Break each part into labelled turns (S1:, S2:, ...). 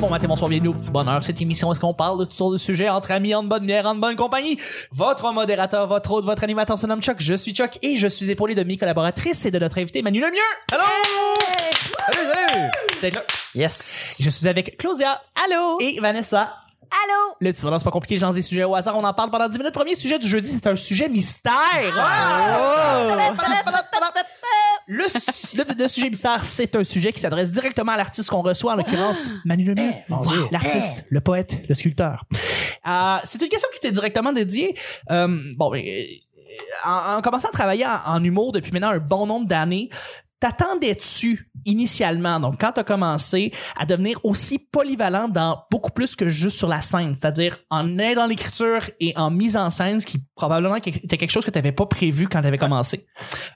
S1: bon matin, bonsoir, bienvenue au Petit Bonheur. Cette émission, où est-ce qu'on parle de toutes sortes de sujets entre amis, en bonne bière, en bonne compagnie? Votre modérateur, votre hôte, votre animateur se nomme Chuck. Je suis Chuck et je suis épaulé de mes collaboratrices et de notre invité Manu Lemieux. Allô?
S2: Salut, salut!
S1: C'est là.
S2: Yes!
S1: Je suis avec Claudia
S3: Allô?
S1: et Vanessa.
S3: Allô?
S1: Le petit bonheur, c'est pas compliqué, j'en des sujets au hasard, on en parle pendant 10 minutes. Premier sujet du jeudi, c'est un sujet mystère. Ah! Le, su- le- le sujet mystère, c'est un sujet qui s'adresse directement à l'artiste qu'on reçoit, en l'occurrence Manu Lemieux.
S2: Eh, Dieu.
S1: l'artiste, le poète, le sculpteur. Euh, c'est une question qui t'est directement dédiée. Euh, bon, ben, euh, en, en commençant à travailler en, en humour depuis maintenant un bon nombre d'années, t'attendais-tu initialement, donc quand t'as commencé, à devenir aussi polyvalent dans beaucoup plus que juste sur la scène, c'est-à-dire en aide dans l'écriture et en mise en scène, ce qui probablement était quelque chose que t'avais pas prévu quand t'avais commencé.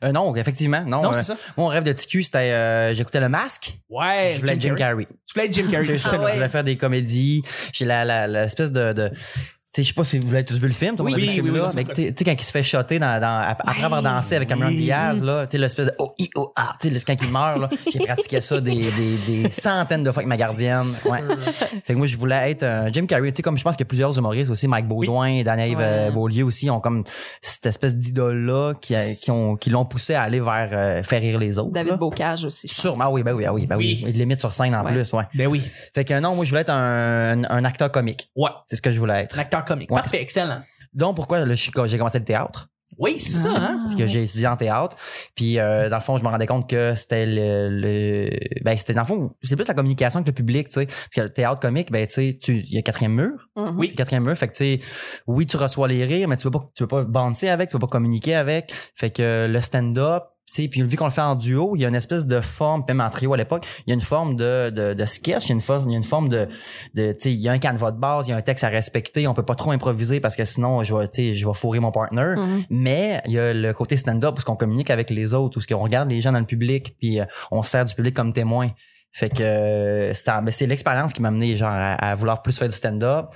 S2: Euh, non, effectivement, non.
S1: Non,
S2: euh,
S1: c'est ça?
S2: Mon rêve de petit cul, c'était euh, j'écoutais le masque.
S1: Ouais,
S2: je voulais être Jim Carrey.
S1: Tu voulais être Jim Eh, Carrey.
S2: C'est
S1: tout
S2: ça,
S1: simplement.
S2: je voulais faire des comédies. J'ai la, la, l'espèce de. de tu sais, je sais pas si vous l'avez tous vu le film, tout le monde a
S1: Oui,
S2: vu ce
S1: oui, oui,
S2: film-là,
S1: oui,
S2: mais
S1: c'est
S2: tu sais- tu sais, quand il se fait shotter dans, dans- ap- après avoir dansé avec Cameron Diaz, là, tu sais, l'espèce de oh, i, oh, ah, tu sais, le- quand il meurt, là, j'ai pratiqué ça des, des, des centaines de fois avec ma gardienne. Ouais. Fait que moi, je voulais être un Jim Carrey, tu sais, comme je pense que plusieurs humoristes aussi, Mike Baudouin, et Daniel Beaulieu aussi, ont comme cette espèce d'idole-là qui, a- qui, ont, qui l'ont poussé à aller vers euh, faire rire les autres. là.
S3: David Bocage aussi.
S2: Sûrement, oui, ben oui, ben oui, ben oui.
S1: Oui.
S2: Il de limite sur scène en
S3: Ouais.
S2: plus, ouais.
S1: Ben oui.
S2: Fait que non, moi, je voulais être un, un- un acteur comique.
S1: Ouais.
S2: C'est ce que je voulais
S1: Un
S2: être.
S1: acteur comique.
S2: Ouais.
S1: Parfait, excellent.
S2: Donc, pourquoi le Chicago? J'ai commencé le théâtre.
S1: Oui, c'est ça,
S3: Ah,
S1: hein?
S2: Parce que j'ai étudié en théâtre. Puis,
S3: Mm.
S2: euh, dans le fond, je me rendais compte que c'était le, le- ben, c'était, dans le fond, c'est plus la communication avec le public, tu sais. Parce que le théâtre comique, ben, tu sais, tu- il y a quatrième mur.
S3: Mhm.
S2: Oui. Quatrième mur. Fait que, tu sais, oui, tu reçois les rires, mais tu peux pas, tu peux pas bouncer avec, tu peux pas communiquer avec. Fait que euh, le stand-up, tu sais, puis vu qu'on le fait en duo, il y a une espèce de forme, même en trio à l'époque, il y a une forme de, de, de sketch, il y a une forme, il y a une forme de, de tu sais, il y a un canevas de base, il y a un texte à respecter, on peut pas trop improviser parce que sinon, je vais, tu sais, je vais fourrer mon partner.
S3: Mhm.
S2: Mais il y a le côté stand-up où ce qu'on communique avec les autres, où ce qu'on regarde les gens dans le public, puis euh, on se sert du public comme témoin. Fait que euh, c'était- ben, c'est l'expérience qui m'a amené genre à, à vouloir plus faire du stand-up.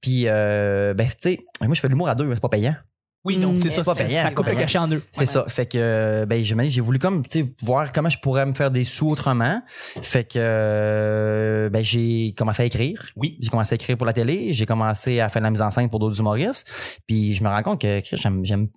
S2: Puis euh, ben tu sais, moi je fais de l'humour à deux, mais c'est pas payant.
S1: Oui, non,
S3: Mm,
S1: c'est
S3: mais
S1: ça.
S3: c'est pas
S1: c'est-
S2: payant,
S1: Ça
S2: c'est
S1: coupe
S2: pas
S1: le
S2: payant.
S1: cachet en deux.
S2: C'est ça. Fait que euh, ben je me dis, j'ai voulu comme tu sais, voir comment je pourrais me faire des sous autrement. Fait que euh, ben j'ai commencé à écrire.
S1: Oui.
S2: J'ai commencé à écrire pour la télé, j'ai commencé à faire de la mise en scène pour d'autres humoristes, puis je me rends compte que Chris, j'aime, j'aime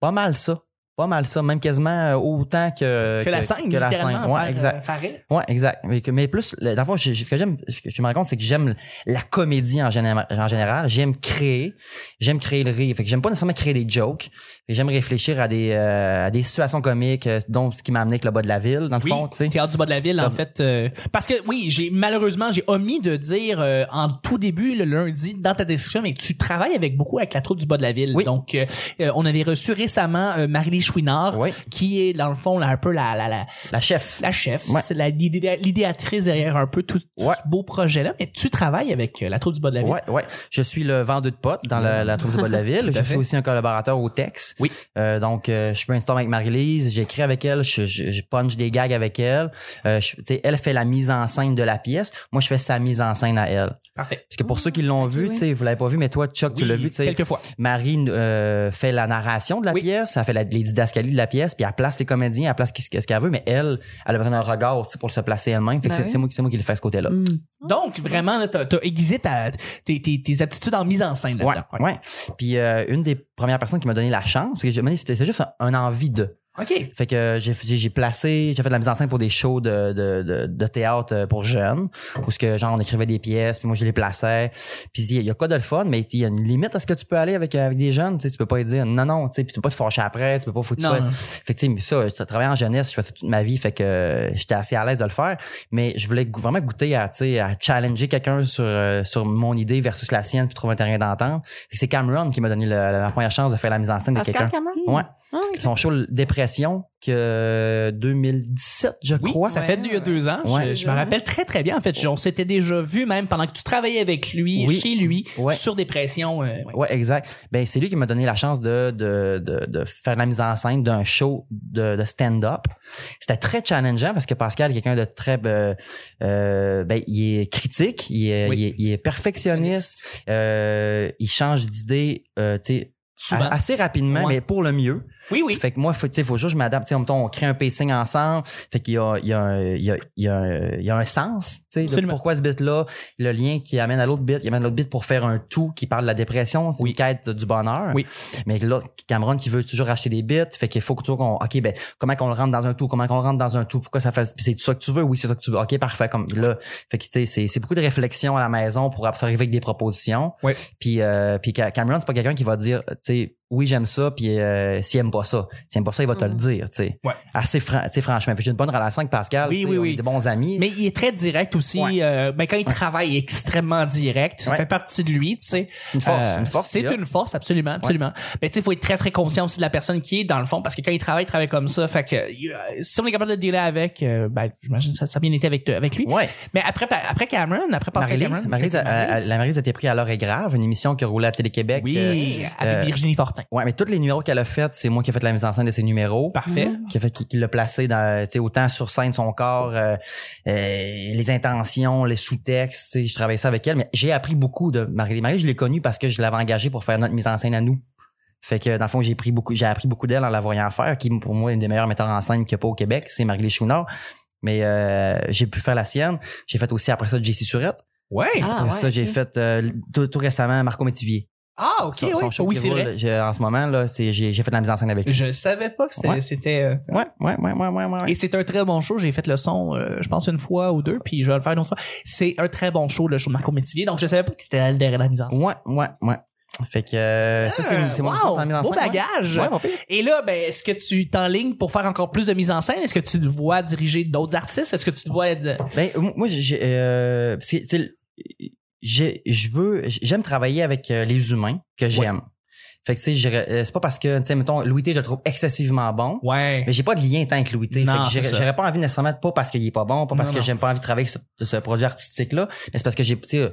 S2: pas mal ça. Pas mal ça, même quasiment euh, autant que,
S1: Que la scène,
S2: que la scène.
S1: littéralement.
S2: Ouais,
S1: faire, euh,
S2: exact.
S1: faire rire.
S2: Ouais, exact. Mais, que- mais plus, le- dans le fond, j'ai- ce que j'aime, ce que je me rends compte, c'est que j'aime la comédie en, général en général. J'aime créer. J'aime créer le rire. Fait que j'aime pas nécessairement créer des jokes. mais J'aime réfléchir à des, euh, à des situations comiques, euh, dont ce qui m'a amené avec le bas de la ville, dans le
S1: Oui,
S2: fond, tu sais.
S1: Théâtre du bas de la ville, en
S2: Théâtre-
S1: fait. euh, parce que oui, j'ai malheureusement, j'ai omis de dire euh, en tout début, le lundi, dans ta description, mais tu travailles avec beaucoup avec la troupe du bas de la ville.
S2: Oui.
S1: Donc, euh, euh, on avait reçu récemment euh, Marie-Lise Chouinard,
S2: Oui.
S1: qui est, dans le fond, là, un peu la, la, la,
S2: La chef.
S1: la chef,
S2: Ouais.
S1: c'est la- l'idé- l'idéatrice derrière un peu tout, tout
S2: Ouais.
S1: ce beau projet-là. Mais tu travailles avec euh, la troupe du bas de la ville.
S2: Ouais, ouais. Je suis le vendeur de potes dans la, la troupe du bas de la ville.
S1: Tout à
S2: je
S1: fait.
S2: suis aussi un collaborateur au texte.
S1: Oui.
S2: Euh, donc, euh, je brainstorm avec Marie-Lise, j'écris avec elle, je, je, je punch des gags avec elle. Euh, je- tu sais, elle fait la mise en scène de la pièce. Moi, je fais sa mise en scène à elle.
S1: Parfait.
S2: Parce que
S3: Ah,
S2: pour ceux qui l'ont vu,
S3: oui.
S2: tu sais, vous l'avez pas vu, mais toi, Chuck, Ah, tu
S1: Oui,
S2: l'as vu, tu sais.
S1: Quelquefois.
S2: Marie euh, fait la narration de la
S1: Oui.
S2: pièce, elle fait la- les didascalies de la pièce, puis elle place les comédiens, elle place ce qu'elle veut, mais elle, elle a besoin d'un regard aussi pour se placer elle-même. Fait que
S3: Ben
S2: c'est-
S3: oui.
S2: c'est moi, qui- c'est moi qui le fais ce côté-là.
S3: Mhm.
S1: Donc, vraiment, là, t'as, t'as aiguisé ta- tes, tes, tes aptitudes en mise en scène
S2: Ouais,
S1: là-dedans.
S2: ouais. Puis euh, une des premières personnes qui m'a donné la chance, parce que j'ai- c'était c'était juste un, un envie de.
S1: OK.
S2: Fait que j'ai- j'ai j'ai placé, j'ai fait de la mise en scène pour des shows de, de, de, de théâtre euh, pour jeunes, où ce que genre on écrivait des pièces, puis moi je les plaçais. Puis il y, a- il y a quoi de le fun, mais il y a une limite à ce que tu peux aller avec avec des jeunes, tu sais, tu peux pas leur dire non non, tu sais, puis tu peux pas te fâcher après, tu peux pas foutre
S1: Non.
S2: ça. Fait que, tu sais, mais ça, je travaillais en jeunesse, je fais ça toute ma vie, fait que euh, j'étais assez à l'aise de le faire, mais je voulais go- vraiment goûter à, tu sais, à challenger quelqu'un sur, euh, sur mon idée versus la sienne, puis trouver un terrain d'entente. Fait que C'est Cameron qui m'a donné le- la première chance de faire la mise en scène de quelqu'un.
S3: Pascal Cameron?
S2: Ouais.
S3: Ah, ok.
S2: Son show Dépression, que euh, 2017, je
S1: Oui,
S2: crois.
S1: ça fait il y a deux ans.
S2: Ouais.
S1: Je, je me rappelle très, très bien. En fait, on s'était déjà vu même pendant que tu travaillais avec lui,
S2: Oui.
S1: chez lui,
S2: Ouais.
S1: sur des pressions. euh, ouais.
S2: Ouais, exact. Ben, c'est lui qui m'a donné la chance de, de, de, de faire la mise en scène d'un show de, de stand-up. C'était très challengeant parce que Pascal est quelqu'un de très... euh, euh, ben, il est critique, il est,
S1: Oui.
S2: il est, il est perfectionniste, euh, il change d'idée, euh, tu sais,
S1: Souvent.
S2: a- assez rapidement,
S1: Ouais.
S2: mais pour le mieux.
S1: Oui, oui.
S2: Fait que moi, faut, tu sais, faut juste que je m'adapte. Tu sais, mettons, on crée un pacing ensemble. Fait qu'il y a, il y, a un- il y, a, il y, a un- il y a un sens, tu sais, de
S1: Absolument.
S2: pourquoi ce bit-là, le lien qui amène à l'autre bit, qui amène à l'autre bit pour faire un tout qui parle de la dépression, c'est
S1: Oui.
S2: une quête du bonheur.
S1: Oui.
S2: Mais là, Cameron qui veut toujours acheter des bits, fait qu'il faut que tu qu'on, OK, ben, comment qu'on le rentre dans un tout, comment qu'on le rentre dans un tout, pourquoi ça fait, puis c'est ça que tu veux, oui, c'est ça que tu veux, OK, parfait, comme là. Fait que, tu sais, c'est, c'est beaucoup de réflexion à la maison pour arriver avec des propositions.
S1: Oui.
S2: Puis, euh, puis Ca- Cameron, c'est pas quelqu'un qui va dire, tu sais, oui, j'aime ça, puis euh, s'il aime pas ça, s'il aime pas ça, il va te le
S3: Mhm.
S2: dire, tu sais.
S1: Ouais.
S2: Assez franc, tu sais, franchement. Puis J'ai une bonne relation avec Pascal,
S1: Oui,
S2: tu sais,
S1: oui,
S2: on
S1: oui.
S2: est des bons amis.
S1: Mais il est très direct aussi.
S2: Ouais.
S1: euh, ben, quand il travaille, il est extrêmement direct. Ça
S2: Ouais.
S1: fait partie de lui, tu sais.
S2: une force,
S1: Euh,
S2: une force.
S1: C'est
S2: qu'il y a.
S1: une force, absolument, absolument. Mais tu sais, faut être très, très conscient aussi de la personne qui est, dans le fond, parce que quand il travaille, il travaille comme ça. Fait que euh, si on est capable de le dealer avec, euh, ben, j'imagine que ça, ça a bien été avec, avec lui.
S2: Ouais.
S1: Mais après, après Cameron, après Pascal
S2: Marie-Lise,
S1: Cameron.
S2: Marie-Lise,
S1: c'était
S2: euh,
S1: Marie-Lise.
S2: la Marie-Lise a été prise à l'heure est grave, une émission qui roulait à Télé-Québec.
S1: oui,
S2: euh,
S1: avec
S2: euh,
S1: Virginie Fortin.
S2: ouais, mais tous les numéros qu'elle a fait, c'est moi qui ai fait la mise en scène de ces numéros.
S1: Parfait.
S2: qui a fait qu'il l'a placé dans tu sais autant sur scène son corps euh, euh, les intentions les sous-textes tu sais, je travaillais ça avec elle mais j'ai appris beaucoup de Marie Marie je l'ai connue parce que je l'avais engagée pour faire notre mise en scène à nous fait que dans le fond j'ai pris beaucoup j'ai appris beaucoup d'elle en la voyant faire qui pour moi est une des meilleures metteurs en scène qu'il n'y a pas au Québec c'est Marie Chouinard mais euh, j'ai pu faire la sienne j'ai fait aussi après ça JC Surette
S1: Ouais.
S3: Ah,
S2: après
S3: ouais,
S2: ça j'ai
S3: ok.
S2: fait euh, tout, tout récemment Marco Métivier
S1: Ah, ok,
S2: Son-
S1: oui.
S2: son show
S1: oui,
S2: qui
S1: c'est
S2: roule,
S1: vrai.
S2: j'ai- en ce moment là c'est j'ai j'ai fait la mise en scène avec lui
S1: Je savais pas que c'était.
S2: Ouais.
S1: c'était, euh,
S2: ouais ouais ouais ouais ouais, ouais.
S1: Et c'est un très bon show. J'ai fait le son, euh, je pense, une fois ou deux, puis je vais le faire une autre fois. C'est un très bon show, le show de Marco Métivier. Donc, je savais pas que c'était derrière la mise en scène.
S2: Ouais, ouais, ouais. Fait que euh, ça, c'est c'est mon
S1: wow,
S2: expérience en mise en
S1: beau
S2: scène, ouais.
S1: bagage.
S2: Ouais, mon pire.
S1: Et là, ben, est-ce que tu t'enlignes pour faire encore plus de mise en scène? Est-ce que tu te vois diriger d'autres artistes? Est-ce que tu te vois être... euh,
S2: Ben, m- moi, j'ai, euh, parce que, tu sais, le- j'ai- je veux, j'aime travailler avec euh, les humains que j'aime. Fait que, tu sais, j'irais- euh, c'est pas parce que, tu sais, mettons, Louis T, je le trouve excessivement bon.
S1: Ouais.
S2: Mais j'ai pas de lien tant que Louis T.
S1: Non,
S2: Fait que
S1: c'est
S2: j'aurais-
S1: ça.
S2: j'aurais pas envie nécessairement de pas parce qu'il est pas bon, pas parce
S1: Non,
S2: que
S1: non.
S2: j'aime pas envie de travailler avec ce, ce produit artistique-là, mais c'est parce que j'ai, tu sais,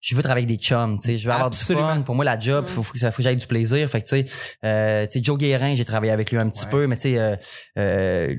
S2: je veux travailler avec des chums, tu sais, je veux avoir
S1: Absolument.
S2: du fun. Pour moi, la job,
S3: Mm.
S2: faut, faut que ça, faut que j'aille du plaisir. Fait que, tu sais, euh, tu sais, Joe Guérin, j'ai travaillé avec lui un petit
S1: Ouais.
S2: peu, mais tu sais, euh, euh,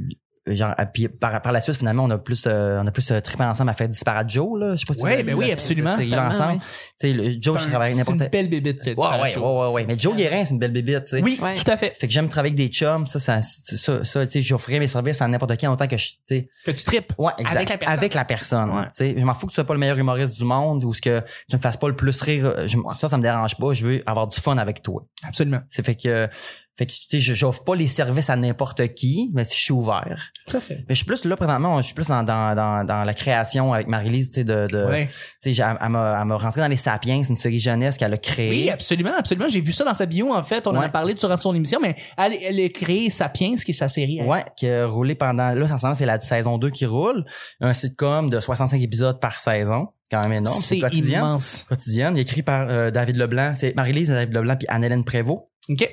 S2: genre, ah, puis par, par la suite, finalement, on a plus, euh, on a plus euh, trippé ensemble à faire disparaître Joe, là. Je sais pas si
S1: Ouais,
S2: tu l'as
S1: ben
S2: vu,
S1: oui,
S2: là,
S1: absolument.
S2: cette série-là
S3: Tellement,
S2: ensemble. Tu sais, le- Joe, je travaille avec
S1: C'est
S2: n'importe
S1: une belle bébite.
S2: Ouais, ouais, ouais, ouais, ouais. Mais Joe Guérin, c'est une belle bébite, tu sais.
S1: Oui,
S3: Ouais.
S1: tout à fait.
S2: Fait que j'aime travailler avec des chums, ça, ça, ça, ça tu sais, j'offrirais mes services à n'importe qui en tant que je, tu sais.
S1: Que tu tripes.
S2: Ouais, exact.
S1: Avec la personne.
S2: Avec la personne,
S1: Ouais.
S2: tu sais. Je m'en fous que tu sois pas le meilleur humoriste du monde ou ce que tu me fasses pas le plus rire. euh, Je- ça, ça me dérange pas. Je veux avoir du fun avec toi.
S1: Absolument.
S2: C'est fait que, fait que, tu sais, je- j'offre pas les services à n'importe qui, mais je suis ouvert.
S1: Tout à fait.
S2: Mais je suis plus là présentement, je suis plus dans, dans, dans, dans la création avec Marie-Lise, tu sais, de, de
S1: Ouais.
S2: tu sais, j'ai- elle, elle m'a, elle m'a rentré dans les Sapiens, c'est une série jeunesse qu'elle a créée.
S1: Oui, absolument, absolument. J'ai vu ça dans sa bio, en fait. On en a
S2: Ouais.
S1: parlé durant son émission, mais elle, elle a créé Sapiens, qui est sa série. elle.
S2: Ouais, qui a roulé pendant. Là, en ce moment, c'est la saison 2 qui roule. Un sitcom de 65 épisodes par saison. Quand même énorme.
S1: C'est
S2: C'est quotidien.
S1: immense.
S2: Quotidienne, écrit par euh, David Leblanc. C'est Marie-Lise, David Leblanc, puis Anne-Hélène Prévost.
S1: OK.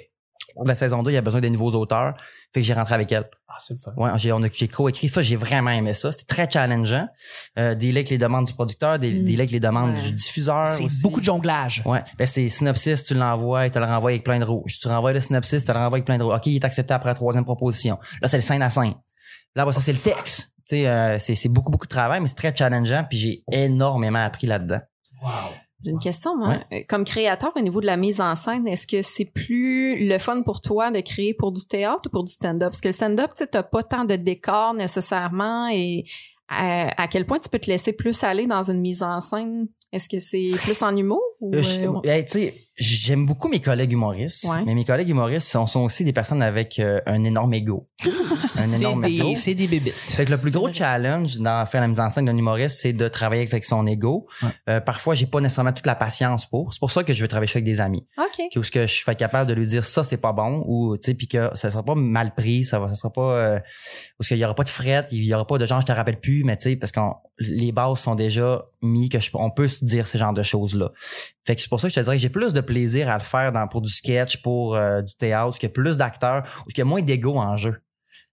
S2: Pour la saison 2, il y a besoin des nouveaux auteurs. Fait que j'ai rentré avec elle.
S1: Ah, c'est le fun.
S2: Ouais, j'ai, on a- j'ai co-écrit ça. J'ai vraiment aimé ça. C'était très challengeant. Euh, délai avec les demandes du producteur, des
S3: Mm.
S2: délai avec les demandes
S3: Ouais.
S2: du diffuseur.
S1: C'est
S2: aussi.
S1: beaucoup de jonglage.
S2: Ouais, ben c'est synopsis, tu l'envoies, tu le renvoies avec plein de rouges. Tu renvoies le synopsis, tu le renvoies avec plein de rouges. OK, il est accepté après la troisième proposition. Là, c'est le scène à scène. Là, après ça, c'est le texte. Tu sais, euh, c'est c'est beaucoup, beaucoup de travail, mais c'est très challengeant, puis j'ai énormément appris là-dedans.
S3: J'ai une question, moi. Euh, Comme créateur, au niveau de la mise en scène, est-ce que c'est plus le fun pour toi de créer pour du théâtre ou pour du stand-up? Parce que le stand-up, tu sais, t'as pas tant de décors nécessairement et euh, à quel point tu peux te laisser plus aller dans une mise en scène? Est-ce que c'est plus en humour? Ou,
S2: Euh, je-
S3: euh,
S2: eh, tu sais, j'aime beaucoup mes collègues humoristes,
S3: Ouais.
S2: mais mes collègues humoristes sont, sont aussi des personnes avec euh, un énorme ego. un
S1: C'est
S2: énorme ego.
S1: des, c'est des bébites.
S2: Fait que le plus gros
S3: vrai.
S2: challenge dans faire la mise en scène d'un humoriste, c'est de travailler avec son ego.
S1: Ouais.
S2: Euh, parfois, j'ai pas nécessairement toute la patience pour. C'est pour ça que je veux travailler avec des amis.
S3: OK.
S2: que, où ce que je serais capable de lui dire ça c'est pas bon ou tu sais puis que ça sera pas mal pris ça va ça sera pas euh, parce qu'il y aura pas de fret il y aura pas de genre je te rappelle plus mais tu sais parce que les bases sont déjà mis que je, on peut se dire ce genre de choses là fait que c'est pour ça que je te dirais que j'ai plus de plaisir à le faire dans pour du sketch pour euh, du théâtre où il y a plus d'acteurs où il y a moins d'ego en jeu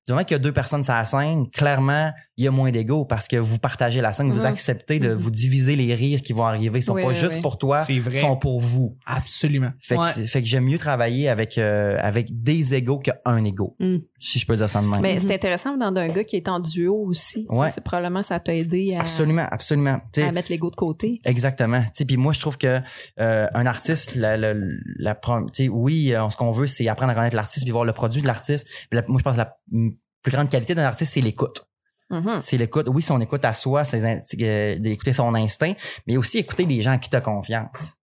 S2: Du moment qu'il y a deux personnes sur la scène, clairement, il y a moins d'ego parce que vous partagez la scène, vous
S3: Mhm.
S2: acceptez de vous diviser les rires qui vont arriver. Ils sont
S3: Oui,
S2: pas
S3: oui,
S2: juste
S3: oui.
S2: pour toi,
S1: C'est
S2: ils
S1: vrai.
S2: sont pour vous.
S1: Absolument.
S2: Fait que,
S1: Ouais.
S2: c'est- fait que j'aime mieux travailler avec, euh, avec des égaux qu'un égo,
S4: Mm.
S2: si je peux dire ça de même.
S3: Mais
S4: Mhm.
S3: c'est intéressant venant d'un gars qui est en duo aussi. Ça,
S2: Mm-hmm. Ouais.
S3: c'est probablement ça t'a aidé à,
S2: Absolument, absolument. Tu sais,
S3: à mettre l'ego de côté.
S2: Exactement. Tu sais, puis moi je trouve que euh, un artiste, la, la, la pro- tu sais, oui, euh, ce qu'on veut, c'est apprendre à connaître l'artiste puis voir le produit de l'artiste. Puis la- Moi je pense que la mm, plus grande qualité d'un artiste, c'est l'écoute.
S3: Mhm.
S2: C'est l'écoute. Oui, son écoute à soi, c'est in- c'est, euh, d'écouter son instinct, mais aussi écouter les gens qui t'ont confiance.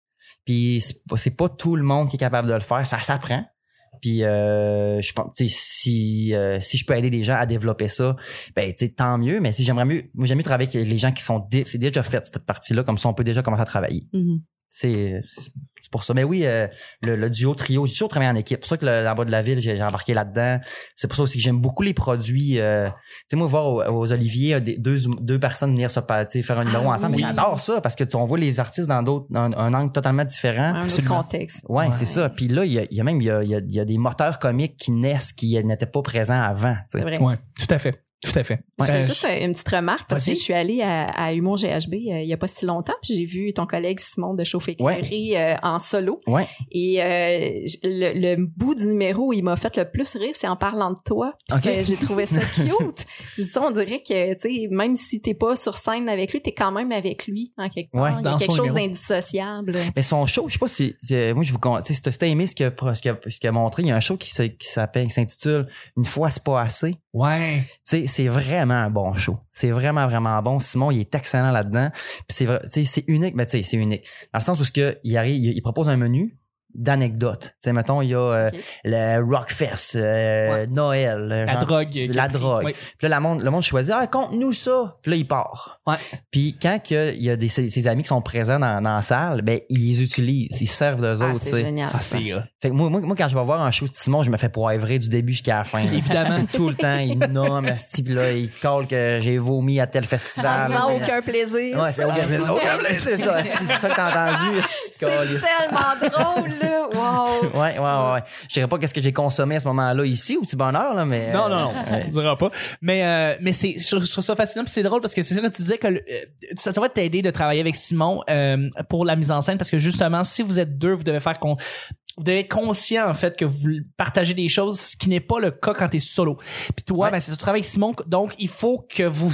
S2: Puis c'est pas- c'est pas tout le monde qui est capable de le faire, ça s'apprend. Puis euh, je pense, tu sais, si euh, si je peux aider des gens à développer ça, ben tu sais, tant mieux. Mais si j'aimerais mieux, moi j'aime mieux travailler avec les gens qui sont dé- c'est déjà fait cette partie-là, comme ça on peut déjà commencer à travailler.
S3: Mm-hmm.
S4: Mhm.
S2: C'est c'est pour ça. Mais oui, euh, le, le duo, trio, j'ai toujours travaillé en équipe. C'est pour ça que le- là-bas de la ville, j'ai j'ai embarqué là-dedans. C'est pour ça aussi que j'aime beaucoup les produits. euh, tu sais, moi, voir aux, aux Olivier, euh, des- deux, deux personnes venir se pa- tu sais, faire un numéro
S3: Ah
S2: ensemble,
S3: oui.
S2: mais j'adore ça parce que tu- on voit les artistes dans d'autres, dans un, un angle totalement différent.
S3: Un autre
S1: Absolument.
S3: contexte.
S2: Ouais,
S1: Ouais.
S2: c'est ça. Puis là, il y a, il y a même il y a, il y a- il y a des moteurs comiques qui naissent qui n'étaient pas présents avant. tu
S3: C'est
S2: sais.
S3: vrai.
S1: Ouais, tout à fait. Tout à fait.
S3: Je fais
S1: Euh,
S3: juste euh, une petite remarque parce que
S1: Vas-y.
S3: je suis allée à, à Humour GHB euh, il y a pas si longtemps, puis j'ai vu ton collègue Simon de Chauffe Éclairé euh, en solo.
S2: Ouais.
S3: Et euh, j- le, le bout du numéro où il m'a fait le plus rire, c'est en parlant de toi. Puis
S2: Ok.
S3: c'est- J'ai trouvé ça cute. je dis, on dirait que tu sais, même si t'es pas sur scène avec lui, t'es quand même avec lui en quelque part.
S2: Ouais,
S3: il y a
S1: dans
S3: quelque
S1: son
S3: chose
S1: numéro.
S3: d'indissociable.
S2: Mais son show, je sais pas si, si- moi je vous con- tu sais, si t'as si t'as aimé ce qu'il a, ce qu'il a- ce qu'il a montré, il y a un show qui s'appelle- qui s'appelle qui s'intitule Une fois c'est pas assez.
S1: Ouais.
S2: Tu sais, c'est vraiment un bon show. C'est vraiment, vraiment bon. Simon, il est excellent là-dedans. Puis c'est vrai, tu sais, c'est unique, mais tu sais, c'est unique. Dans le sens où ce que, il arrive, il, il propose un menu d'anecdotes. Tu sais, mettons, il y a euh,
S3: Ok.
S2: le Rockfest, euh,
S1: Ouais.
S2: Noël, euh,
S1: La
S2: genre-
S1: drogue. euh,
S2: la
S1: qui-
S2: drogue.
S1: Ouais.
S2: puis là, la monde, le monde choisit, ah, conte-nous ça. Puis là, il part.
S1: Ouais.
S2: Puis quand que il y a des, ses, ses amis qui sont présents dans, dans la salle, ben, ils les utilisent, ils servent d'eux
S3: Ah,
S2: autres, tu
S3: c'est
S2: sais.
S3: génial.
S1: Ah,
S3: ça.
S1: c'est. euh,
S2: Fait que moi, moi, moi, quand je vais voir un show de Simon, je me fais poivrer du début jusqu'à la fin. là.
S1: Évidemment.
S2: C'est tout le temps, il me nomme à ce type-là, il colle que j'ai vomi à tel
S3: En
S2: festival.
S3: disant Ah, aucun plaisir.
S2: Ouais, c'est aucun plaisir. Aucun plaisir, c'est ça. C'est c'est ça que t'as entendu, c'est
S3: C'est tellement drôle, là. Wow.
S2: Ouais, ouais, ouais, ouais. Je dirais pas qu'est-ce que j'ai consommé à ce moment-là ici, au petit bonheur, là, mais.
S1: Non, non, non,
S2: euh,
S1: on dira pas. Mais, euh, mais c'est, je trouve je trouve ça fascinant, puis c'est drôle parce que c'est ça que tu disais que le- euh, ça, ça va t'aider de travailler avec Simon euh, pour la mise en scène parce que justement, si vous êtes deux, vous devez faire qu'on vous devez être conscient en fait que vous partagez des choses ce qui n'est pas le cas quand t'es solo. Puis toi,
S2: Ouais.
S1: ben c'est tu travailles avec Simon, donc il faut que vous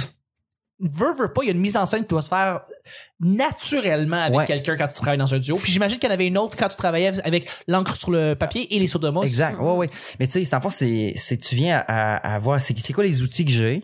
S1: veux, veux pas, il y a une mise en scène qui doit se faire naturellement avec
S2: Ouais.
S1: quelqu'un quand tu travailles dans un duo. Puis j'imagine qu'il y en avait une autre quand tu travaillais avec l'encre sur le papier et les sauts de mousse.
S2: Exact. Ouais, ouais. Mais tu sais, c'est en fond, c'est, c'est, tu viens à, à- à voir, c'est, c'est quoi les outils que j'ai.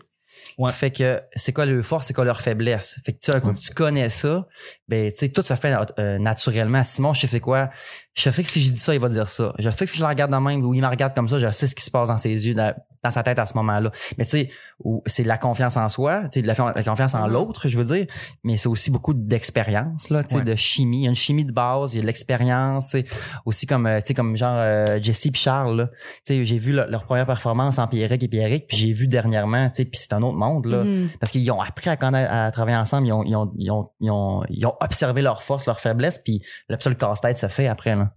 S1: Ouais.
S2: Fait que c'est quoi leur force, c'est quoi leur faiblesse. Fait que tu sais, un coup que tu connais ça, ben tu sais, tout se fait euh, naturellement. Simon, je sais quoi. Je sais que si je dis ça, il va dire ça. Je sais que si je le regarde de même ou il me regarde comme ça, je sais ce qui se passe dans ses yeux, dans, dans sa tête à ce moment-là. Mais tu sais, ou- c'est de la confiance en soi, tu sais, de la, la confiance en l'autre, je veux dire. Mais c'est aussi beaucoup d'expérience, là, tu sais,
S1: Ouais.
S2: de chimie. Il y a une chimie de base, il y a de l'expérience, tu sais aussi comme euh, tu sais comme genre euh, Jesse puis Charles là. Tu sais j'ai vu leur, leur première performance en Pierrick et Pierrick puis j'ai vu dernièrement tu sais puis c'est un autre monde
S1: Mm-hmm.
S2: là
S3: Hmm.
S4: Mhm.
S2: parce qu'ils ont appris à connaître- à travailler ensemble ils ont ils ont ils ont ils ont, ils ont observé leurs forces leurs faiblesses puis le seul casse-tête se fait après là.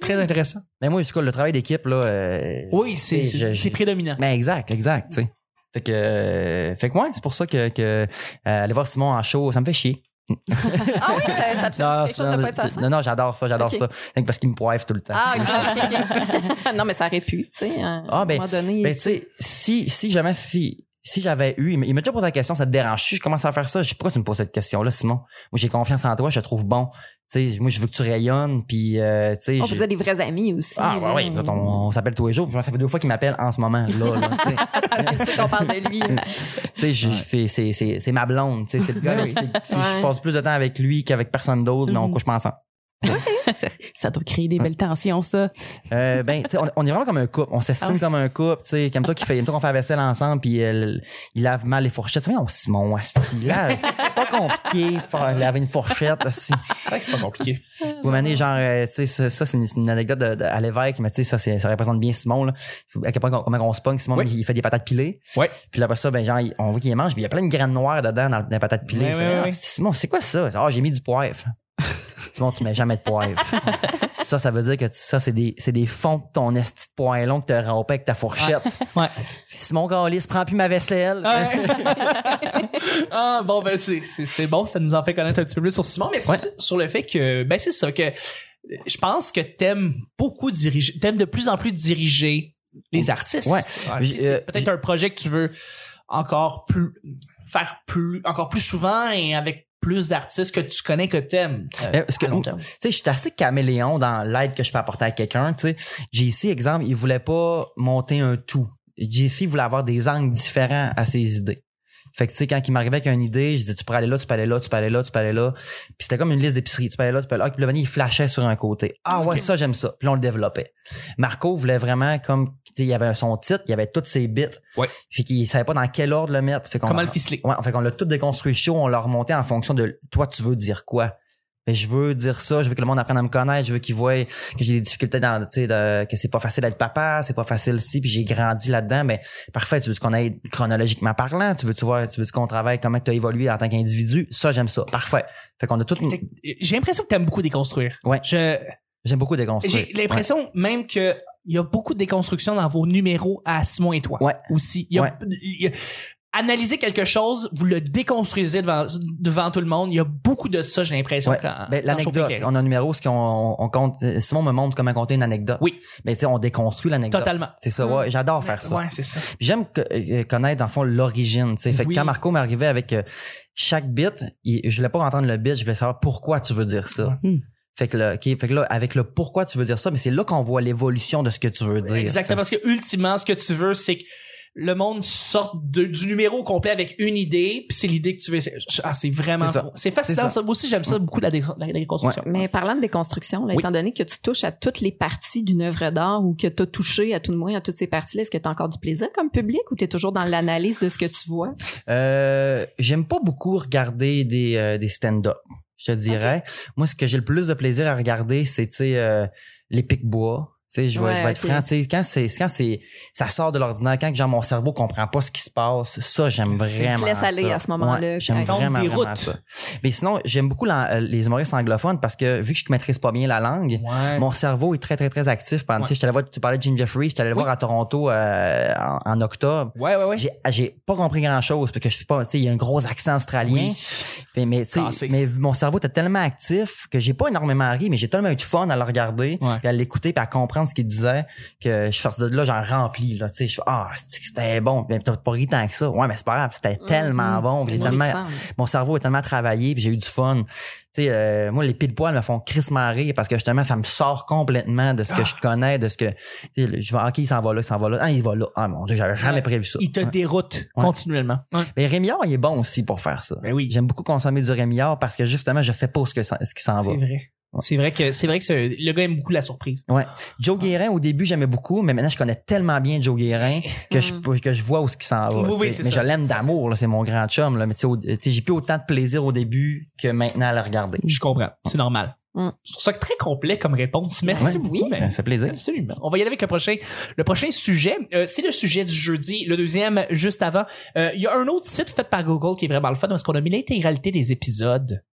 S1: Très intéressant.
S2: Mais moi en tout cas le travail d'équipe là euh,
S1: Oui, c'est,
S2: tu sais,
S1: c'est,
S2: je-
S1: c'est prédominant.
S2: Mais exact, exact, tu sais. Fait que euh, fait que ouais, c'est pour ça que, que euh, aller voir Simon en show, ça me fait chier.
S3: Ah oui, ça, ça te fait quelque chose de pas être sa scène?
S2: Ah, non, non, j'adore ça, j'adore
S3: Ok.
S2: ça. Parce qu'il me poivre tout le temps.
S3: Ah, ok, ok, ok. non, mais ça aurait pu, tu sais. hein. à
S2: Ah,
S3: un
S2: ben,
S3: moment donné.
S2: Ben, tu sais, si, si jamais, si, si j'avais eu, il m'a il m'a déjà posé la question, ça te dérange. Je commence à faire ça. Je sais pas pourquoi tu me poses cette question-là, Simon. Moi, j'ai confiance en toi, je te trouve bon. Tu sais, moi, je veux que tu rayonnes, puis, euh, tu sais.
S3: on
S2: j'ai-
S3: faisait des vrais amis aussi.
S2: Ah, ouais,
S3: là.
S2: ouais. écoute, on, on s'appelle tous les jours, puis moi, ça fait deux fois qu'il m'appelle en ce moment, là, là, tu sais.
S3: Ah, c'est ça qu'on parle de lui.
S2: Tu sais, je- je fais- c'est, c'est, c'est ma blonde, tu sais, c'est le gars.
S1: Oui.
S2: c'est- Si
S3: Ben Ouais. Mm-hmm.
S2: je passe plus de temps avec lui qu'avec personne d'autre, mais on
S4: Mhm.
S2: couche pas ensemble.
S4: Ça doit créer des belles tensions, ça.
S2: Euh, ben, tu sais, on, on est vraiment comme un couple. On s'estime
S4: Ah ouais.
S2: comme un couple. Tu sais, comme toi qui fait, comme toi qu'on fait la vaisselle ensemble, puis euh, elle, il lave mal les fourchettes. C'est on Simon, asti, là, pas compliqué, faire laver une fourchette, asti.
S1: C'est que Ah, c'est pas compliqué.
S2: Vous m'avez genre, euh, tu sais, ça, ça, c'est une, c'est une anecdote de, de- à l'évêque, mais tu sais, ça, c'est- ça représente bien Simon, là. À quel point, qu'on- comment on se pogne, Simon,
S1: Oui.
S2: il, il fait des patates pilées.
S1: Oui.
S2: Puis là, après ça, ben, genre, il- on voit qu'il les mange, puis il y a plein de graines noires dedans dans, dans les patates pilées.
S1: Oui,
S2: Il fait,
S1: oui,
S2: ah,
S1: oui.
S2: asti, Simon, c'est quoi ça? Ah, j'ai mis du poivre. Simon, tu mets jamais de poivre. Ça, ça veut dire que tu- ça, c'est des, c'est des fonds de ton esti de poing long que t'as rampé avec ta fourchette.
S1: Ouais.
S2: Si mon Galis prend plus ma vaisselle.
S1: ah, bon, ben, c'est- c'est c'est bon. Ça nous en fait connaître un petit peu plus sur Simon, mais sur,
S2: Ouais.
S1: sur le fait que, ben, c'est ça, que euh, je pense que t'aimes beaucoup diriger, t'aimes de plus en plus diriger les artistes.
S2: Ouais.
S1: puis
S2: Euh,
S1: c'est peut-être un projet que tu veux encore plus, faire plus, encore plus souvent et avec plus d'artistes que tu connais que t'aimes. euh,
S2: Euh, parce que-
S1: à long terme.
S2: tu sais, je suis assez caméléon dans l'aide que je peux apporter à quelqu'un, tu sais. JC, exemple, il voulait pas monter un tout. JC voulait avoir des angles différents à ses idées. Fait que, tu sais, quand il m'arrivait avec une idée, je disais, tu peux aller là, tu peux aller là, tu peux aller là, tu peux aller là. Puis c'était comme une liste d'épicerie. Tu peux aller là, tu peux aller là. Puis le moment, il flashait sur un côté. Ah ouais, ça, j'aime ça. Puis là, on le développait. Marco voulait vraiment, comme, tu sais, il y avait son titre, il y avait toutes ses bits.
S1: Ouais.
S2: Fait qu'il savait pas dans quel ordre le mettre. Fait qu'on
S1: Comment le ficeler?
S2: Ouais, fait qu'on l'a tout déconstruit chaud, on l'a remonté en fonction de toi, tu veux dire quoi. Mais je veux dire ça, je veux que le monde apprenne à me connaître, je veux qu'il voie que j'ai des difficultés dans, tu sais, de- que c'est pas facile d'être papa, c'est pas facile si, puis j'ai grandi là-dedans. Mais parfait, tu veux qu'on aille chronologiquement parlant, tu veux tu vois, tu veux qu'on travaille comment tu as évolué en tant qu'individu. Ça, j'aime ça. Parfait. Fait qu'on a tout.
S1: T'es- J'ai l'impression que t'aimes beaucoup déconstruire.
S2: Ouais.
S1: Je,
S2: J'aime beaucoup déconstruire.
S1: J'ai l'impression même que il y a beaucoup de déconstruction dans vos numéros à Simon et toi.
S2: Ouais.
S1: Aussi. Il y a-
S2: Ouais.
S1: il y a- analysez quelque chose, vous le déconstruisez devant, devant tout le monde. Il y a beaucoup de ça, j'ai l'impression.
S2: Ouais.
S1: quand-
S2: Ben,
S1: quand Chauffe
S2: l'anecdote,
S1: Éclairé.
S2: on a un numéro, ce qu'on on compte. Simon me montre comment compter une anecdote.
S1: Oui.
S2: Mais tu sais, on déconstruit l'anecdote.
S1: Totalement.
S2: C'est ça, ouais. J'adore faire ça.
S1: Ouais, c'est ça.
S2: Puis j'aime que- euh, connaître, dans le fond, l'origine. tu sais. Fait que
S1: Oui.
S2: quand Marco m'est arrivé avec euh, chaque bit, il- je voulais pas entendre le bit, je voulais savoir pourquoi tu veux dire ça.
S1: Hmm.
S4: Ouais. Mm.
S2: Fait, que là, ok, fait que là, avec le pourquoi tu veux dire ça, mais c'est là qu'on voit l'évolution de ce que tu veux dire.
S1: Exactement. Parce que ultimement, ce que tu veux, c'est que le monde sorte de- du numéro au complet avec une idée, puis c'est l'idée que tu veux. essayer. Ah, c'est vraiment.
S2: C'est ça.
S1: C'est fascinant.
S2: C'est ça.
S1: ça. Moi aussi, j'aime ça beaucoup la, dé- la déconstruction.
S3: Mais parlant de déconstruction, là,
S1: Oui.
S3: étant donné que tu touches à toutes les parties d'une œuvre d'art ou que tu as touché à tout de moins à toutes ces parties-là, est-ce que tu as encore du plaisir comme public ou tu es toujours dans l'analyse de ce que tu vois?
S2: Euh, j'aime pas beaucoup regarder des, euh, des stand-up, je te dirais. Moi, ce que j'ai le plus de plaisir à regarder, c'est tu sais, euh, les pics-bois. Tu sais, je vais,
S3: Ouais,
S2: je vais être
S3: ok.
S2: franc, tu sais, quand c'est, quand c'est, ça sort de l'ordinaire, quand genre mon cerveau comprend pas ce qui se passe, ça, j'aime
S3: Tu te
S2: vraiment.
S3: laisses aller
S2: ça.
S3: à ce moment-là,
S2: Ouais, j'aime
S3: puis
S1: raconte
S2: vraiment,
S1: des
S2: vraiment
S1: routes.
S2: ça. Mais sinon, j'aime beaucoup la- les humoristes anglophones parce que vu que je maîtrise pas bien la langue,
S1: Ouais.
S2: mon cerveau est très, très, très actif. Pendant,
S1: Ouais.
S2: tu sais, je suis allé voir, tu parlais de Jim Jeffries, je suis allé le
S1: Oui.
S2: voir à Toronto euh, en, en octobre.
S1: Ouais, ouais, ouais.
S2: J'ai- ah, J'ai pas compris grand chose parce que je sais pas, tu sais, il y a un gros accent australien.
S1: Oui.
S2: Mais, mais, tu sais,
S1: Cassé.
S2: mais mon cerveau était tellement actif que j'ai pas énormément ri, mais j'ai tellement eu de fun à le regarder,
S1: Ouais.
S2: puis à l'écouter, puis à comprendre ce qu'il disait, que je sortais de là, j'en remplis. Là, tu sais, je fais, ah, c'est- c'était bon, mais t'as pas ri tant que ça. Ouais, mais c'est pas grave,
S1: Mm-hmm.
S2: c'était tellement bon. puis j'ai
S3: Moi, il me
S2: tellement,
S3: semble.
S2: mon cerveau est tellement travaillé, puis j'ai eu du fun. Tu sais, euh, moi, les pile poils me font crissement rire parce que justement, ça me sort complètement de ce
S1: Ah.
S2: que je connais, de ce que. Tu sais, le- je vais, OK, il s'en va là, il s'en va là. Ah, il va là. Ah, mon Dieu, j'avais jamais
S1: Ouais.
S2: prévu ça.
S1: Il te déroute
S2: Ouais.
S1: continuellement.
S2: Mais Rémillard, il est bon aussi pour faire ça.
S1: Ben oui.
S2: J'aime beaucoup consommer du Rémillard parce que justement, je sais pas ce, que, ça- ce qui s'en va.
S1: C'est vrai.
S2: Ah, bah. Ouais.
S1: C'est vrai que c'est vrai que ce- le gars aime beaucoup la surprise.
S2: Joe
S1: Ah.
S2: Guérin, au début, j'aimais beaucoup, mais maintenant, je connais tellement bien Joe Guérin que, je,
S1: Mm.
S2: que je vois où ce qui s'en va.
S1: Oui,
S2: tu sais.
S1: oui, c'est
S2: mais
S1: ça.
S2: je l'aime d'amour, là, c'est mon grand chum. Là. Mais tu sais, au- tu sais, j'ai plus autant de plaisir au début que maintenant à le regarder.
S1: Je comprends. C'est normal.
S3: Mm.
S1: Je trouve ça très complet comme réponse.
S2: Ouais.
S1: Merci beaucoup.
S3: Oui.
S1: mais-
S2: Ça fait plaisir.
S1: Absolument. On va y aller avec le prochain, le prochain sujet. Euh, c'est le sujet du jeudi, le deuxième juste avant. Euh, Il y a un autre site fait par Google qui est vraiment le fun parce qu'on a mis l'intégralité des épisodes.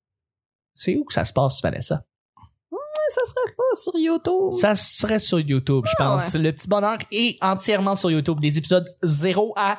S1: C'est où que ça se passe, Vanessa?
S3: Ça serait pas sur YouTube.
S1: Ça serait sur YouTube, je
S3: Ah
S1: pense. Le petit bonheur est entièrement sur YouTube. Les épisodes 0 à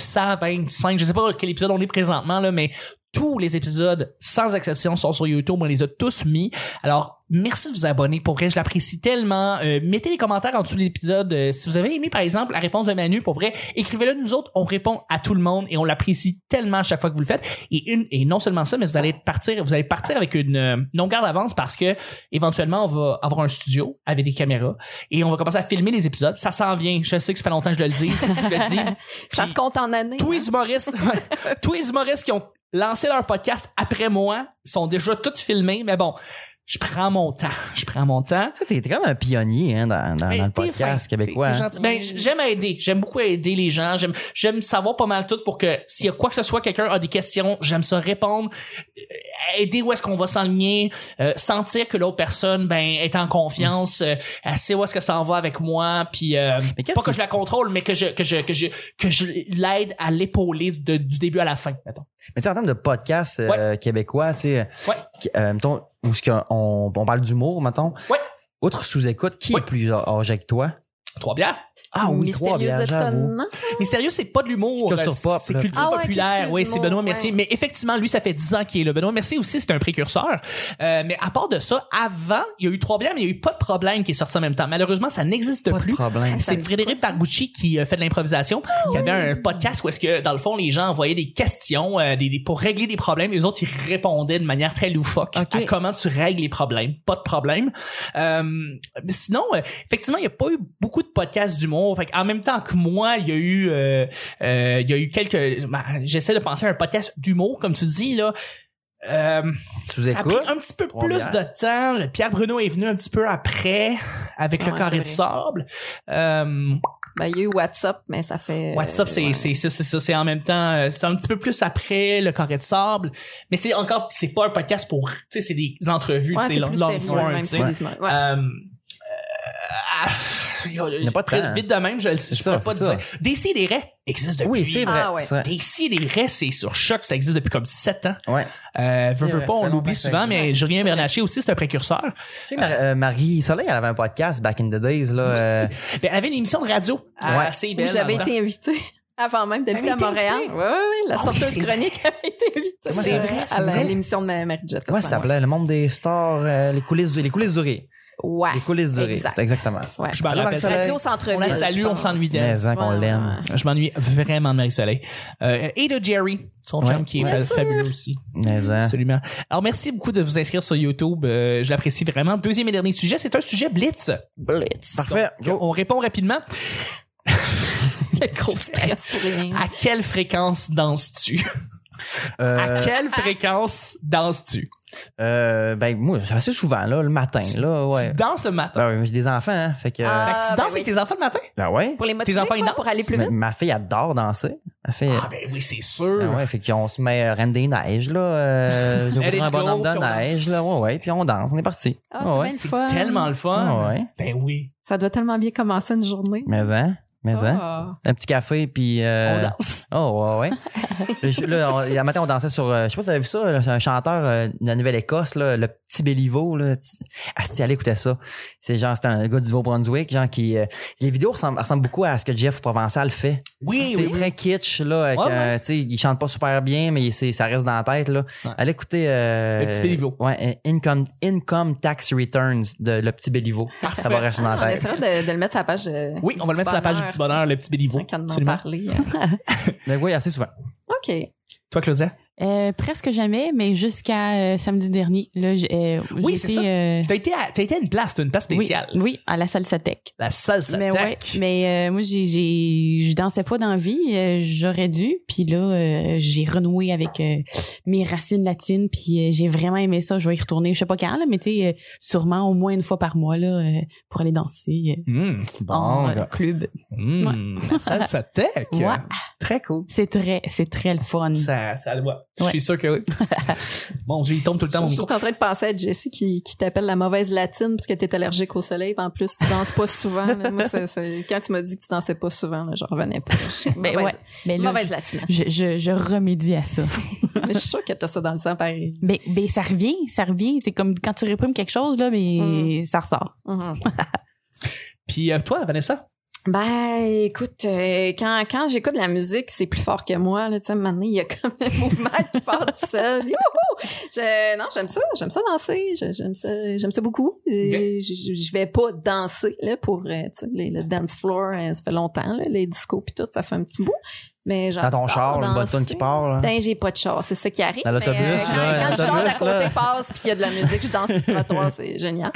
S1: 925. Je sais pas quel épisode on est présentement, là, mais tous les épisodes, sans exception, sont sur YouTube. On les a tous mis. Alors, merci de vous abonner. Pour vrai, je l'apprécie tellement. Euh, mettez les commentaires en dessous de l'épisode. Euh, si vous avez aimé, par exemple, la réponse de Manu, pour vrai, écrivez-le nous autres. On répond à tout le monde et on l'apprécie tellement à chaque fois que vous le faites. Et une, et non seulement ça, mais vous allez partir, vous allez partir avec une euh, non-garde d'avance parce que éventuellement, on va avoir un studio avec des caméras et on va commencer à filmer les épisodes. Ça s'en vient. Je sais que ça fait longtemps que je le dis. Je le dis.
S3: Ça
S1: Puis-
S3: se compte en années.
S1: tous les humoristes, tous les humoristes qui ont lancé leur podcast après moi sont déjà tous filmés, mais bon, je prends mon temps, je prends mon temps.
S2: Tu sais, t'es quand même un pionnier hein, dans, dans- dans
S1: Mais
S2: le
S1: t'es
S2: podcast
S1: fin,
S2: québécois.
S1: t'es- t'es
S2: hein.
S1: gentil. Ben, j- j'aime aider, j'aime beaucoup aider les gens, j'aime j'aime savoir pas mal tout pour que s'il y a quoi que ce soit, quelqu'un a des questions, j'aime ça répondre, Euh, aider où est-ce qu'on va s'enligner, euh, sentir que l'autre personne ben est en confiance, euh, elle sait où est-ce que ça en va avec moi, puis euh,
S2: Mais qu'est-ce
S1: pas que
S2: qui-
S1: je la contrôle, mais que je que je que je que je l'aide à l'épauler de- du début à la fin, mettons.
S2: Mais tu sais, en termes de podcast euh, québécois, tu sais,
S1: Ouais.
S2: qui- euh, mettons, où ce qu'on- on, on parle d'humour, mettons.
S1: Ouais.
S2: Outre sous-écoute, qui
S1: Oui.
S2: est plus âgé que toi?
S1: Trois bières.
S2: Ah oui, trois
S3: hein.
S2: bières,
S3: Mystérieux
S2: j'avoue.
S3: étonnant.
S1: Mystérieux, c'est pas de l'humour. euh,
S2: C'est culture pop,
S1: C'est
S2: là.
S1: culture
S3: Ah ouais,
S1: populaire.
S3: culture
S1: oui, c'est
S3: humour,
S1: Benoît Mercier.
S3: ouais.
S1: Mais effectivement, lui, ça fait 10 ans qu'il est là. Benoît Mercier aussi, c'est un précurseur. Euh, mais à part de ça, avant, il y a eu trois bières, mais il y a eu pas de problème qui est sorti en même temps. Malheureusement, ça n'existe
S2: Pas de
S1: plus.
S2: problème.
S1: C'est Frédéric Barbucci qui euh, fait de l'improvisation, qui avait un podcast où est-ce que, dans le fond, les gens envoyaient des questions euh, des, des- pour régler des problèmes. Les autres, ils répondaient de manière très loufoque
S2: Ok.
S1: à comment tu règles les problèmes. Pas de problème. Euh, mais sinon, euh, effectivement, il n'y a pas eu beaucoup de podcasts d'humour. Fait en même temps que moi, il y a eu, euh, euh, il y a eu quelques... bah, J'essaie de penser à un podcast d'humour, comme tu dis, là. Euh, ça a pris
S2: Sous-écoute?
S1: un petit peu
S2: Trois
S1: plus
S2: bières.
S1: de temps. Pierre Bruno est venu un petit peu après avec le
S3: Ah Ouais,
S1: carré de
S3: c'est
S1: sable. Euh,
S3: Ben, il y a eu WhatsApp, mais ça fait.
S1: WhatsApp, c'est
S3: Euh, ouais.
S1: c'est ça, c'est ça, c'est en même temps, euh, c'est un petit peu plus après le carré de sable, mais c'est encore, c'est pas un podcast pour, tu sais, c'est des entrevues,
S3: Ouais,
S1: tu sais,
S3: c'est
S1: long,
S3: plus
S1: long
S3: sérieux,
S1: form,
S3: même
S1: tu sais.
S3: si doucement. Ouais.
S1: Euh, euh, ah,
S2: n'y a pas de
S1: très
S2: temps,
S1: Vite de même, je le sais, je
S2: ça,
S1: pourrais pas
S2: c'est
S1: te dire. Décidéré existe depuis.
S2: Oui, c'est vrai.
S3: Ah ouais.
S2: c'est vrai.
S1: Décidéré, c'est sur choc, ça existe depuis comme 7 ans.
S2: Ouais.
S1: Euh, veux,
S2: C'est
S1: veux
S2: vrai,
S1: pas,
S2: ça
S1: on
S2: fait longtemps
S1: l'oublie
S2: que ça
S1: souvent,
S2: existe.
S1: mais Julien Bernaché aussi, c'est un précurseur.
S2: Tu sais, Mar- euh, Marie Soleil, elle avait un podcast back in the days, là. euh,
S1: Ben, elle avait une émission de radio à
S2: Ouais.
S1: assez
S3: Où
S1: belle.
S3: j'avais
S1: dans le
S3: été invitée avant même depuis
S1: T'avais
S3: à
S1: été
S3: Montréal.
S1: invitée?
S3: Oui, oui, la
S1: Ah oui,
S3: sorteuse
S1: c'est vrai.
S3: chronique avait été invitée.
S2: Comment C'est ça-
S1: vrai, c'est
S3: À
S1: vrai.
S3: la- l'émission de ma Marie Jetta.
S2: Comment ça s'appelait? Le monde des stars, euh, les coulisses du, les coulisses du rire.
S3: Ouais.
S2: les coulisses du rire.
S3: exact.
S2: C'était exactement ça.
S3: Ouais.
S1: temps. Je m'en
S2: Madame
S1: rappelle.
S2: Axel.
S3: Radio centre
S1: On la salue, on s'ennuie d'elle.
S2: Mais, hein, qu'on
S3: Ouais,
S2: l'aime.
S1: Je m'ennuie vraiment de Marie-Soleil. Euh, et de Jerry, son
S2: Ouais.
S1: chum qui est
S3: Bien
S1: fa-
S3: sûr.
S1: fabuleux aussi.
S2: Mais, hein.
S1: Absolument. Alors, merci beaucoup de vous inscrire sur YouTube. Euh, je l'apprécie vraiment. Deuxième et dernier sujet, c'est un sujet blitz.
S3: Blitz.
S2: Parfait.
S1: Donc,
S2: Go.
S1: on répond rapidement.
S3: Quel gros stress pour rien.
S1: À quelle fréquence danses-tu?
S2: Euh,
S1: À quelle fréquence danses-tu?
S2: euh, ben, moi, c'est assez souvent, là, le matin, là, ouais.
S1: Tu danses le matin.
S2: Ben oui, moi, j'ai des enfants, hein, fait que.
S3: Ah,
S1: Fait que tu danses
S3: ben
S1: avec
S3: oui.
S1: tes enfants le matin?
S2: ben ouais.
S3: Pour les motiver,
S1: enfants, ils
S3: quoi,
S1: dansent?
S3: pour aller plus
S2: Ma,
S3: vite.
S2: ma fille adore danser. Elle fait.
S1: Ah, ben oui, c'est sûr.
S2: Ben ouais, fait qu'on se met euh, Reine des Neiges, là. Euh,
S1: Let it
S2: ouvre un
S1: go,
S2: bonhomme
S1: qu'on
S2: de
S1: danse.
S2: neige, là. Ouais, ouais. Puis on danse, on est parti.
S3: Ah,
S2: ouais, ouais.
S3: c'est bien le
S1: C'est
S3: fun.
S1: tellement le fun.
S2: Ah Ouais, ouais.
S1: Ben oui.
S3: Ça doit tellement bien commencer une journée.
S2: Mais hein, mais hein.
S3: Ah.
S2: Un petit café, puis. euh,
S1: Oh. On danse.
S2: Oh, ouais, ouais. Le jeu- là, on- le matin, on dansait sur. euh, je sais pas si vous avez vu ça, là, c'est un chanteur euh, de la Nouvelle-Écosse, là, le petit Béliveau. Là, t- Asti, allez écouter ça. C'est genre, c'était un gars du Nouveau-Brunswick, genre qui. euh, les vidéos ressemblent, ressemblent beaucoup à ce que Jeff Provençal fait.
S1: Oui,
S2: Ah, C'est
S1: Eh oui.
S2: très kitsch, là. Avec,
S1: Ouais,
S2: euh, tu sais, il chante pas super bien, mais c'est- ça reste dans la tête, là.
S1: Ouais.
S2: Allez écouter. euh,
S1: Le Petit Béliveau.
S2: Ouais, euh, Income, Income Tax Returns de Le Petit Béliveau. Ça va rester dans
S3: On
S2: la tête.
S3: essaiera de, de le mettre sur la page. euh,
S1: Oui, on va le mettre sur la page du petit bonheur, le petit béliveau.
S3: Quand on en
S1: Absolument.
S3: parlait.
S2: Mais oui, assez souvent.
S3: euh. OK.
S1: Toi, Claudia?
S4: Euh, presque jamais, mais jusqu'à euh, samedi dernier. Là, j'ai, euh,
S1: Oui,
S4: j'ai
S1: c'est
S4: été,
S1: ça.
S4: euh,
S1: T'as été, à- t'as été à une place, t'as une place
S4: oui,
S1: spéciale.
S4: oui, à la salsa tech.
S1: La salsa
S4: mais ouais,
S1: tech.
S4: mais euh, moi j'ai j'ai je dansais pas dans la vie, euh, j'aurais dû, puis là euh, j'ai renoué avec euh, mes racines latines, puis euh, j'ai vraiment aimé ça, je vais y retourner, je sais pas quand là, mais tu sais euh, sûrement au moins une fois par mois là euh, pour aller danser euh,
S1: Mmh.
S4: en
S2: Bon,
S4: euh, club.
S1: Mmh. La salsa tech.
S4: Ouais.
S1: Très cool.
S4: C'est très c'est très le fun.
S1: Ça, ça le voit. Je
S4: Ouais.
S1: suis sûr que oui. bon, il tombe tout le temps
S3: Je
S1: mon
S3: suis
S1: micro.
S3: en train de penser à Jessie qui, qui t'appelle la mauvaise latine parce que t'es allergique au soleil. puis En plus, tu danses pas souvent. là. Moi, c'est- c'est- quand tu m'as dit que tu dansais pas souvent, là, je revenais pas. Je suis
S4: Ben
S3: mauvaise-
S4: ouais, mais là
S3: mauvaise latine.
S4: je, je, je remédie à ça.
S3: Mais je suis sûre que t'as ça dans le sang pareil.
S4: ben, ben ça revient, ça revient, c'est comme quand tu réprimes quelque chose là,
S1: Mm.
S4: mais ça ressort.
S3: Mhm.
S1: Puis euh, toi, Vanessa?
S3: Ben, écoute, euh, quand, quand j'écoute la musique, c'est plus fort que moi. Là, tu sais, maintenant, il y a comme un mouvement qui part tout seul. Youhou! Je- non, j'aime ça. J'aime ça danser. je- J'aime ça, j'aime ça beaucoup. Et Je, je- je vais pas danser là, pour euh, tu sais, les- le dance floor. euh, ça fait longtemps, là, les discos puis tout, ça fait un petit bout. Mais
S2: Dans ton char, le botton qui part, là.
S3: Ben, j'ai pas de char, c'est ça qui arrive.
S2: Dans
S3: mais,
S2: l'autobus,
S3: quand,
S2: là,
S3: quand le char d'à
S2: l'autobus, là.
S3: côté passe puis qu'il y a de la musique, je danse sur le trottoir, c'est génial.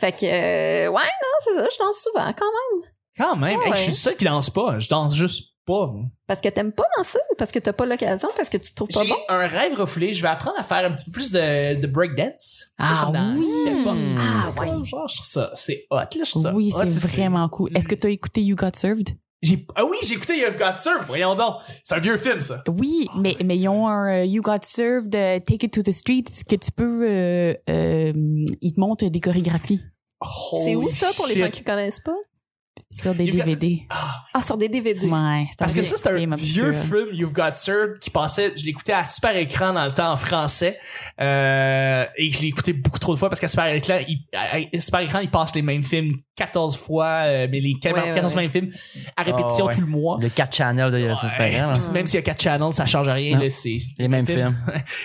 S3: Fait que, euh, ouais, non, c'est ça, je danse souvent quand même.
S1: Quand même.
S3: Ouais,
S1: Hey, Je suis
S3: ouais.
S1: le seul qui danse pas. Je danse juste pas.
S3: Parce que t'aimes pas danser, parce que t'as pas l'occasion, parce que tu te trouves pas
S1: J'ai
S3: bon.
S1: un rêve refoulé. Je vais apprendre à faire un petit peu plus de, de breakdance. Un petit peu
S4: Ah
S1: comme dans
S4: oui.
S1: Step Up.
S3: Ah
S1: C'est comme, genre, je trouve ça. C'est hot, là. Je trouve ça
S4: Oui,
S1: hot,
S4: c'est vraiment cool. Est-ce que tu as écouté You Got Served
S1: J'ai- Ah oui, j'ai écouté You've Got Surf. Voyons donc. C'est un vieux film, ça.
S4: Oui, mais, mais ils ont un euh, You Got Served, euh, Take It to the Streets, que tu peux. Euh, euh, ils te montrent des chorégraphies.
S3: C'est où
S1: Holy
S3: ça pour les
S1: Oh, shit.
S3: gens qui connaissent pas?
S4: Sur des
S1: You've got-
S4: DVD.
S3: Ah, sur des DVD.
S4: Ouais, c'est
S1: Parce que ça, c'est
S4: film
S1: un vieux
S4: obscur.
S1: film, You've Got Served, qui passait, je l'écoutais à super écran dans le temps en français, euh, et je l'ai écouté beaucoup trop de fois parce qu'à super écran, il, à- à- super écran, il passe les mêmes films 14 fois, euh, mais les 14,
S3: ouais,
S1: 14
S3: ouais.
S1: mêmes films à répétition
S2: Oh, ouais.
S1: tout le mois.
S2: Le 4 channel de
S1: Ouais,
S2: c'est pas grand, là.
S1: puis Même s'il y a 4 channels, ça change rien,
S2: Non.
S1: là, c'est...
S2: Les mêmes films.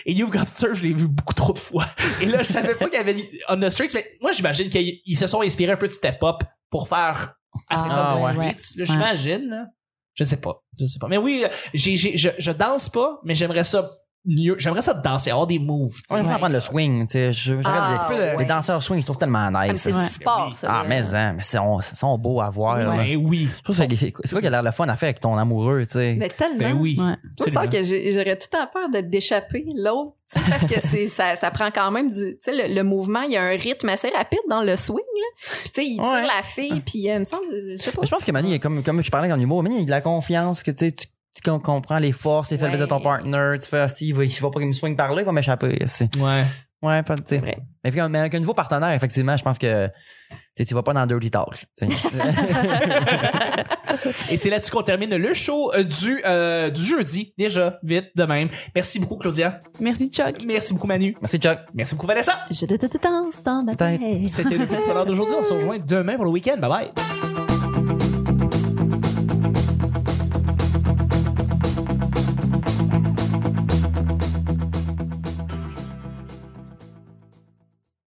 S1: Et You've Got Served, je l'ai vu beaucoup trop de fois. Et là, je savais pas qu'il y avait On the Streets, mais moi, j'imagine qu'ils ils se sont inspirés un peu de Step Up pour faire après
S2: Ah,
S1: ça, On the
S4: ouais.
S1: Streets. là, J'imagine, là. Je sais pas. Je sais pas. Mais oui, euh, j'ai, j'ai, je, je danse pas, mais j'aimerais ça mieux. J'aimerais ça danser, avoir des moves. tu sais.
S2: On va prendre le swing, tu sais. je- je regarde
S3: Ah,
S2: des-
S1: un petit peu de-
S2: Les danseurs swing, je trouve tellement
S3: Ah, mais
S2: nice.
S3: C'est
S4: Ouais.
S3: du sport, ça.
S2: Ah,
S3: là.
S2: mais, hein, mais c'est- on- ils sont beaux à voir. là.
S1: Ben oui.
S2: Je trouve que c'est c'est quoi qui a l'air le fun à faire avec ton amoureux, tu sais.
S3: Mais tellement.
S1: Ben oui.
S4: Ouais.
S3: Moi, je sens
S1: Absolument.
S3: que j'ai- j'aurais tout le temps peur de d'échapper l'autre, tu sais, parce que c'est ça, ça prend quand même du, tu sais, le, le mouvement, il y a un rythme assez rapide dans le swing, là. Puis, tu sais, il tire
S2: Ouais.
S3: la fille, puis euh, il me semble, je sais pas.
S2: Mais Je pense que Manny, il est comme, comme je parlais en humour, Manny, il a de la confiance que tu, sais, tu tu com- comprends les forces, les faiblesses
S3: Ouais.
S2: de ton partner. Tu fais, ah, si, il va, il va pas qu'il me swing par là, il va m'échapper. si.
S1: Ouais.
S2: Ouais, pas de tu sais.
S3: vrai.
S2: Mais fait- mais avec un nouveau partenaire, effectivement, je pense que tu sais, tu vas pas dans Dirty Talk. tu sais.
S1: Et c'est là-dessus qu'on termine le show euh, du, euh, du jeudi, déjà, vite, de même. Merci beaucoup, Claudia.
S4: Merci, Chuck.
S1: Merci beaucoup, Manu.
S2: Merci, Chuck.
S1: Merci beaucoup, Vanessa.
S3: Je te tout dans ma
S2: Peut-être.
S3: tête.
S1: C'était le petit bonheur d'aujourd'hui. On se rejoint demain pour le week-end. Bye bye.